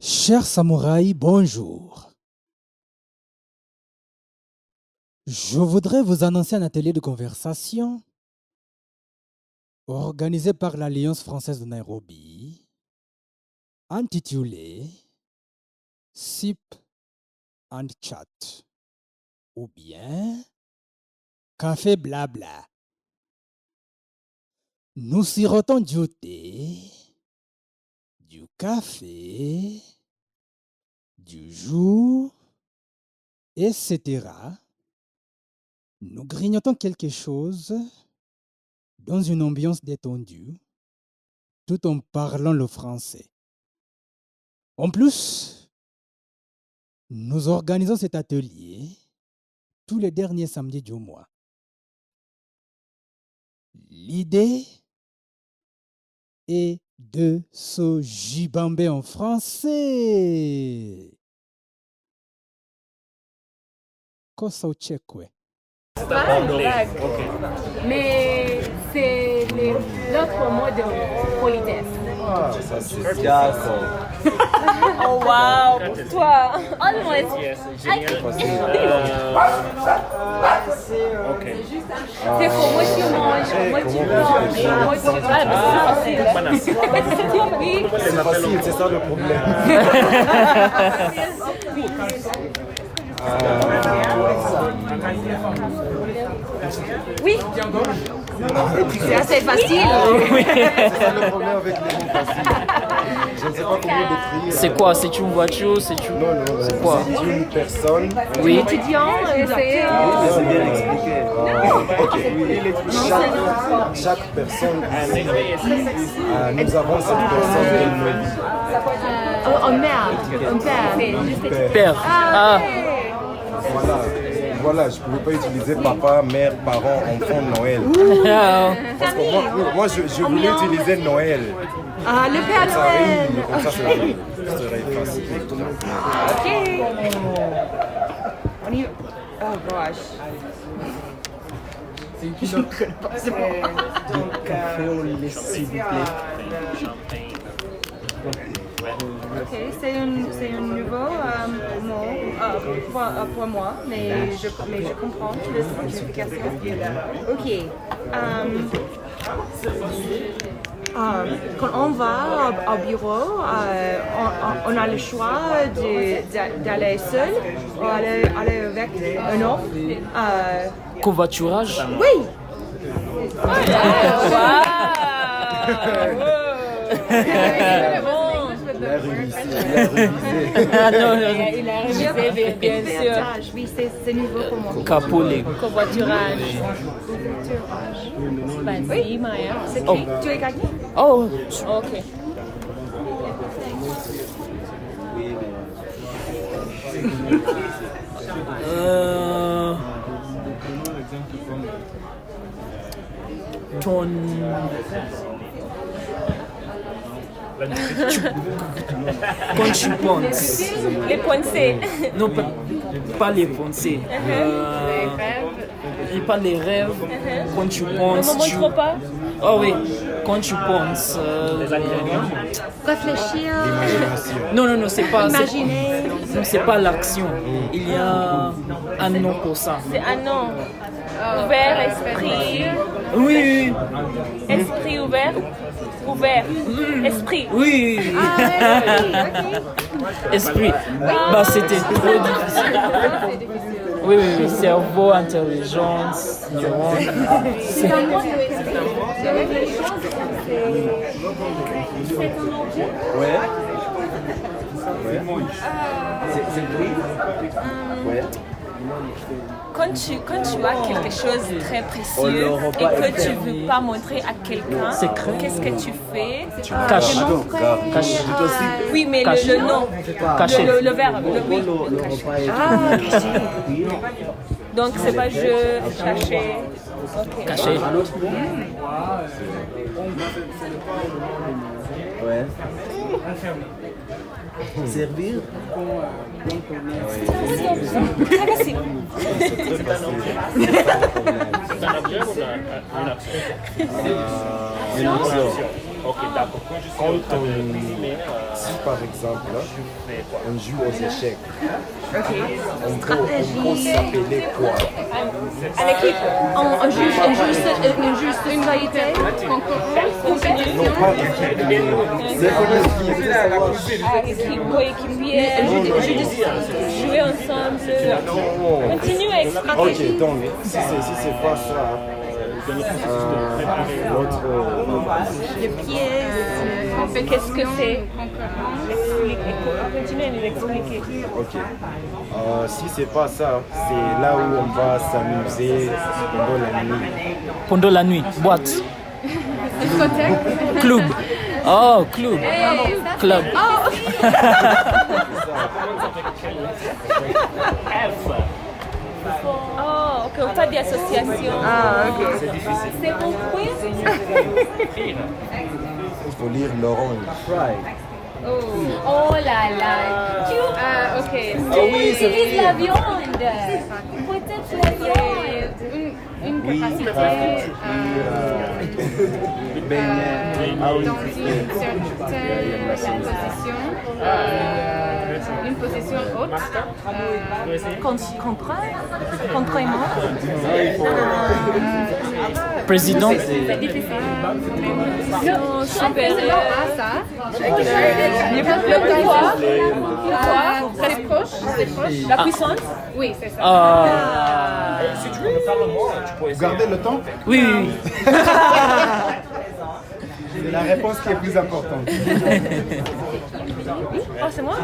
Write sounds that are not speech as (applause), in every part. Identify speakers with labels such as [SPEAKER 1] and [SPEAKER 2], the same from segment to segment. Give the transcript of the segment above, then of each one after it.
[SPEAKER 1] Cher samouraï, bonjour. Je voudrais vous annoncer un atelier de conversation organisé par l'Alliance française de Nairobi, intitulé SIP and Chat ou bien Café Blabla. Nous sirotons du thé, du café, du jour, etc. Nous grignotons quelque chose dans une ambiance détendue tout en parlant le français. En plus, nous organisons cet atelier tous les derniers samedis du mois. L'idée est de se gibamber en français. Kosa uchekwe.
[SPEAKER 2] Pas en blague. Mais c'est le- l'autre mot de politesse.
[SPEAKER 3] Oh wow, pour toi.
[SPEAKER 2] Ah, Almost. C'est comment tu manges, comment tu manges, Ah. comment tu Ah, mais c'est facile. Oui,
[SPEAKER 4] C'est facile, c'est ça le problème.
[SPEAKER 2] oui. C'est assez facile.
[SPEAKER 4] C'est ça le problème avec les mots faciles. Je ne sais pas comment décrire.
[SPEAKER 3] C'est quoi C'est une voiture C'est une...
[SPEAKER 4] Non, non,
[SPEAKER 3] C'est quoi
[SPEAKER 4] C'est une personne.
[SPEAKER 3] Oui.
[SPEAKER 2] Étudiant, euh, c'est.
[SPEAKER 4] C'est bien expliqué. Euh, Chaque, chaque personne ici, euh, nous avons cette personne
[SPEAKER 2] euh, Un mère, un père.
[SPEAKER 4] qui nous père.
[SPEAKER 3] Père. Ah,
[SPEAKER 4] Voilà. Voilà, je ne pouvais pas utiliser papa, mère, parent, enfant, Noël.
[SPEAKER 3] ah.
[SPEAKER 4] Parce que moi, moi, je, je voulais utiliser Noël.
[SPEAKER 2] Ah, le père
[SPEAKER 4] Ça
[SPEAKER 2] Noël.
[SPEAKER 4] rime, comme ça, ça serait facile.
[SPEAKER 2] Ok.
[SPEAKER 5] café au lait, s'il vous plaît.
[SPEAKER 6] Ok, c'est un, c'est un nouveau euh, mot euh, pour, euh, pour moi, mais je, mais je comprends la signification. Ok. euh, euh, quand on va au, au bureau, euh, on, on- on a le choix de- d'a- d'aller seul ou aller, aller avec un autre. Euh,
[SPEAKER 3] (laughs) Covoiturage
[SPEAKER 6] oui,
[SPEAKER 3] Ah non, non, non.
[SPEAKER 2] Bien sûr.
[SPEAKER 6] partage, oui, c'est c'est nouveau pour moi.
[SPEAKER 3] Capolé.
[SPEAKER 2] Covoiturage. Vas-y, Maya.
[SPEAKER 6] C'est qui Tu es gagné
[SPEAKER 3] Oh,
[SPEAKER 2] Ok.
[SPEAKER 3] euh... Ton... Tu- Quand tu penses...
[SPEAKER 2] Les pensées. (laughs)
[SPEAKER 3] Non, pas, pas les pensées. Euh, et pas les rêves. Quand tu penses.
[SPEAKER 2] moment
[SPEAKER 3] tu...
[SPEAKER 2] de repas.
[SPEAKER 3] Oh oui, quand tu penses. euh,
[SPEAKER 2] Réfléchir.
[SPEAKER 3] Non, non, non, c'est pas. c'est-
[SPEAKER 2] Imaginer.
[SPEAKER 3] Non, c'est pas l'action. Il y a un nom pour ça.
[SPEAKER 2] C'est un nom. Ouvert, esprit.
[SPEAKER 3] Oui, oui,
[SPEAKER 2] Esprit ouvert. Ouvert.
[SPEAKER 5] Mm.
[SPEAKER 2] Esprit.
[SPEAKER 3] oui.
[SPEAKER 2] Ah,
[SPEAKER 3] oui. Esprit. Bah, c'était trop difficile. Oui, oui, oui, cerveau, intelligence, neurone.
[SPEAKER 4] Ouais. Ouais. Ouais.
[SPEAKER 2] Quand tu, quand tu as quelque chose de très précieux
[SPEAKER 5] Oh, le
[SPEAKER 2] et
[SPEAKER 5] repas est
[SPEAKER 2] que tu
[SPEAKER 5] fermé.
[SPEAKER 2] ne veux pas montrer à quelqu'un,
[SPEAKER 3] Secret.
[SPEAKER 2] qu'est-ce que tu fais Ah,
[SPEAKER 3] Cache. Cache.
[SPEAKER 2] Oui, mais
[SPEAKER 3] Cache.
[SPEAKER 2] le, le nom,
[SPEAKER 3] Caché.
[SPEAKER 2] le, le- le verbe, le oui.
[SPEAKER 5] Le repas est
[SPEAKER 2] Donc, c'est pas je cacher. Ok.
[SPEAKER 3] Caché.
[SPEAKER 5] Ouais. Servir Ah,
[SPEAKER 2] Ah, Très facile.
[SPEAKER 4] Une action. Quand on, si par exemple, on joue aux échecs, on peut, on peut s'appeler quoi
[SPEAKER 6] À l'équipe, on, on juge, on juge, seul- on juge seul une variété, concurrence, compétition.
[SPEAKER 4] Non, pas équipe, mais c'est une équipe.
[SPEAKER 2] Équipe, coéquipier, jouer ensemble.
[SPEAKER 4] Non.
[SPEAKER 2] Continue avec stratégie.
[SPEAKER 4] Ok, donc, si c'est si c'est pas ça, euh, notre, euh,
[SPEAKER 2] Mais Qu'est-ce que c'est Explique- Continue à nous expliquer.
[SPEAKER 4] Ok. Euh, si c'est pas ça, c'est là où on va s'amuser pendant la nuit.
[SPEAKER 3] Pendant la nuit, boîte, club. Oh, club. Club.
[SPEAKER 2] Oh, ok, pas d'association.
[SPEAKER 6] Ah, ok.
[SPEAKER 2] C'est bon, oui
[SPEAKER 4] Il faut lire l'orange.
[SPEAKER 2] Oh là là. Tu ah, ok. Tu utilises la viande. Peut-être la viande. Une, une capacité.
[SPEAKER 4] Ah oui.
[SPEAKER 2] une position haute.
[SPEAKER 6] Contre- Contraire, contrairement.
[SPEAKER 3] Président.
[SPEAKER 2] Non, super.
[SPEAKER 6] hein
[SPEAKER 2] Le pouvoir. Le pouvoir. Très proche. Très proche. La puissance. Oui, c'est ça.
[SPEAKER 3] Ah,
[SPEAKER 4] Vous gardez le temps
[SPEAKER 3] oui, oui, oui.
[SPEAKER 4] C'est la réponse qui est plus importante.
[SPEAKER 6] (laughs)
[SPEAKER 2] Oh, c'est moi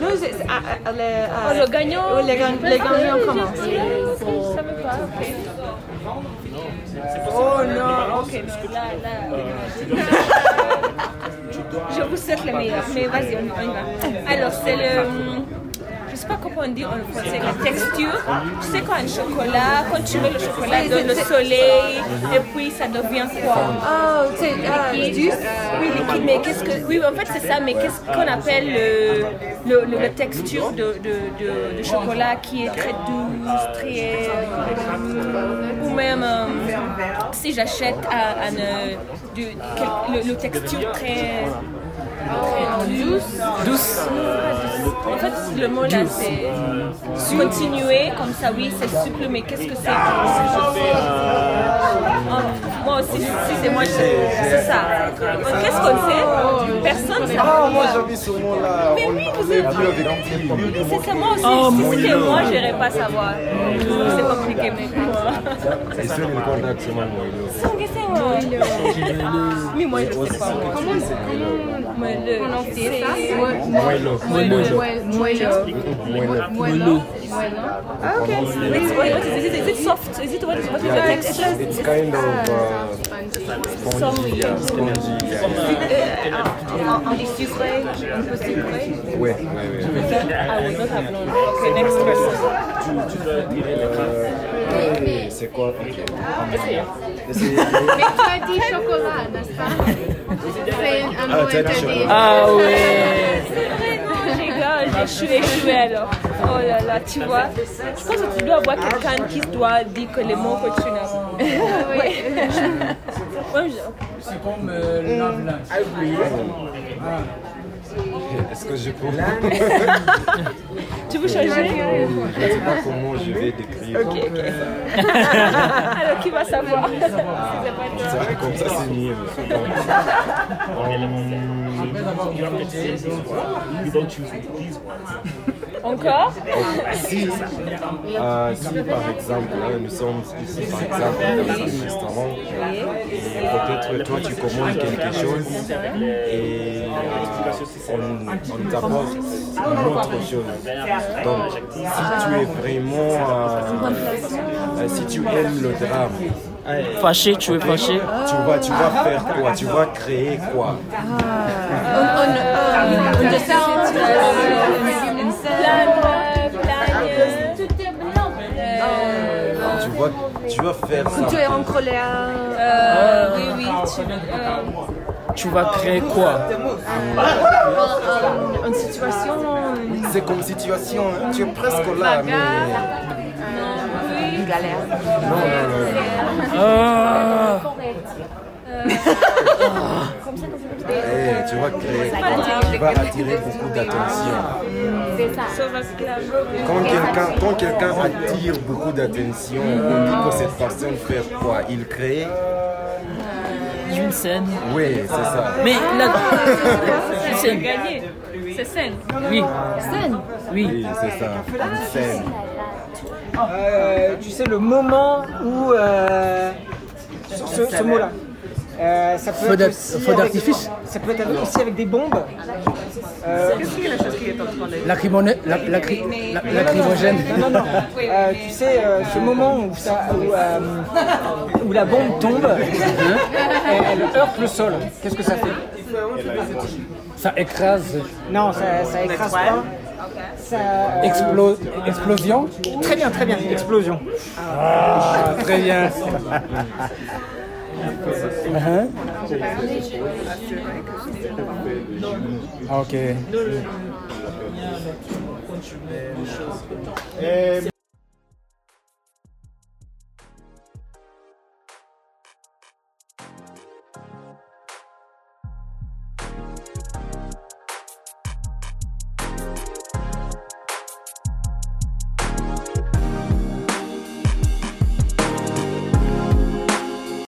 [SPEAKER 6] Nous, c'est- c'est- ah, ah, le,
[SPEAKER 2] Oh,
[SPEAKER 6] ah,
[SPEAKER 2] le gagnant. Ah,
[SPEAKER 6] oh, le gagnant- le gagnant commence.
[SPEAKER 2] Je savais pas. ok.
[SPEAKER 6] Oh non.
[SPEAKER 2] Ok, non, là, là.
[SPEAKER 6] Je vous souhaite le meilleur, mais vas-y, on, on y va. Alors, c'est le. hum, Je sais pas comment on dit en français, la texture. Tu sais, quand un chocolat, quand tu mets le chocolat dans le soleil, et puis ça devient quoi
[SPEAKER 2] Oh, c'est ah,
[SPEAKER 6] Liquide. Oui, liquide, mais qu'est-ce que. Oui, en fait, c'est ça, mais qu'est-ce qu'on appelle le, le- le- la texture de, de- de- de chocolat qui est très douce, très. euh, Ou même euh, si j'achète à, à ne- du- quel- le, le texture très. très douce.
[SPEAKER 3] Douce.
[SPEAKER 6] En fait, le mot là, c'est. Continuer comme ça, oui, c'est souple, mais qu'est-ce que c'est
[SPEAKER 4] Ah.
[SPEAKER 6] Oh, Moi aussi, si c'est moi, je- c'est ça. Euh, Qu'est-ce qu'on sait Personne ne sait.
[SPEAKER 4] Ah, moi j'avais ce mot-là.
[SPEAKER 6] Mais
[SPEAKER 4] on
[SPEAKER 6] oui, vous
[SPEAKER 4] l'avait
[SPEAKER 6] avez-
[SPEAKER 4] vu avec
[SPEAKER 6] Mais C'est ça, moi aussi. si c'était moi, je n'irais pas savoir. C'est compliqué, mais quoi.
[SPEAKER 4] C'est ça le contact, c'est moi.
[SPEAKER 6] Qu'est-ce que c'est, moi Ah, Mais moi, je ne sais pas. moi. Mais le- c'est- Ah, ok. It's- what- what is it? Is it soft? Is it what is what is the texture?
[SPEAKER 4] It's kind of uh, spongy, yeah, spongy. yeah.
[SPEAKER 6] On dit sucré, un peu sucré.
[SPEAKER 4] Ouais, ouais, ouais.
[SPEAKER 6] I would not have known. Okay, next person.
[SPEAKER 4] Euh, C'est quoi Ok.
[SPEAKER 7] Mais tu as dit chocolat, n'est-ce pas C'est un mot
[SPEAKER 4] Ah, t'as dit
[SPEAKER 7] interdit.
[SPEAKER 4] chocolat.
[SPEAKER 3] Ah ouais.
[SPEAKER 6] J'ai échoué, échoué alors. Oh là là, tu vois. Je pense que tu dois avoir quelqu'un qui doit dire que les mots que tu n'as pas. (laughs) Ouais. Moi, je- Ah,
[SPEAKER 4] Ah. Est-ce que je peux Je
[SPEAKER 6] Tu veux changer
[SPEAKER 4] sais pas comment (laughs) je vais décrire.
[SPEAKER 6] (laughs) Alors, qui va savoir
[SPEAKER 4] Ça, Comme ça, c'est mieux.
[SPEAKER 6] Encore
[SPEAKER 4] Si, euh, si par exemple, hein, nous sommes ici par exemple dans un restaurant et peut-être toi tu commandes quelque chose et euh, on, on t'apporte une autre chose. Donc, si tu es vraiment. euh, euh, si tu aimes le drame,
[SPEAKER 3] Fâché, tu es fâché.
[SPEAKER 4] tu vas, tu vas faire quoi Tu vas créer quoi
[SPEAKER 2] Plagne, plagne. Tout est blanc.
[SPEAKER 4] Tu vas, tu vas faire ça.
[SPEAKER 6] Tu es en colère. Euh, oui, oui. Tu, euh,
[SPEAKER 3] Tu vas créer quoi
[SPEAKER 6] une situation. une-
[SPEAKER 4] C'est comme situation, hein, tu es presque là, mais.
[SPEAKER 6] Une galère.
[SPEAKER 4] Non, non, non.
[SPEAKER 3] Ah.
[SPEAKER 4] va
[SPEAKER 2] Euh,
[SPEAKER 4] Eh, créer, va- va attirer beaucoup d'attention.
[SPEAKER 2] C'est ça.
[SPEAKER 4] Quand quelqu'un quand quelqu'un attire beaucoup d'attention, on dit que cette personne fait quoi Il crée
[SPEAKER 3] Une scène.
[SPEAKER 4] Oui, c'est ça.
[SPEAKER 3] Mais la. (laughs) Une scène.
[SPEAKER 2] C'est saine.
[SPEAKER 3] Oui,
[SPEAKER 2] Saine.
[SPEAKER 3] oui.
[SPEAKER 4] Oui, c'est ça. Une scène.
[SPEAKER 5] Euh, tu sais, le moment où. euh, ce, ce- ce mot-là. Euh, ça peut
[SPEAKER 1] Feu
[SPEAKER 5] être
[SPEAKER 1] d'art-
[SPEAKER 5] aussi
[SPEAKER 1] feu
[SPEAKER 5] avec-
[SPEAKER 1] d'artifice.
[SPEAKER 5] Ça peut être aussi avec des bombes. Euh,
[SPEAKER 1] Lacrymone- la- lacry- la- Lacrymogène.
[SPEAKER 5] non, non, non. Euh, tu sais, euh, ce moment où, ça, où, euh, où la bombe tombe, elle, elle heurte le sol. Qu'est-ce que ça fait
[SPEAKER 1] Ça écrase.
[SPEAKER 5] Non, ça, ça écrase pas. Ça,
[SPEAKER 1] Explo- explosion.
[SPEAKER 5] Très bien, très bien. Explosion.
[SPEAKER 1] Ah, très bien. Hein Ah, Ok.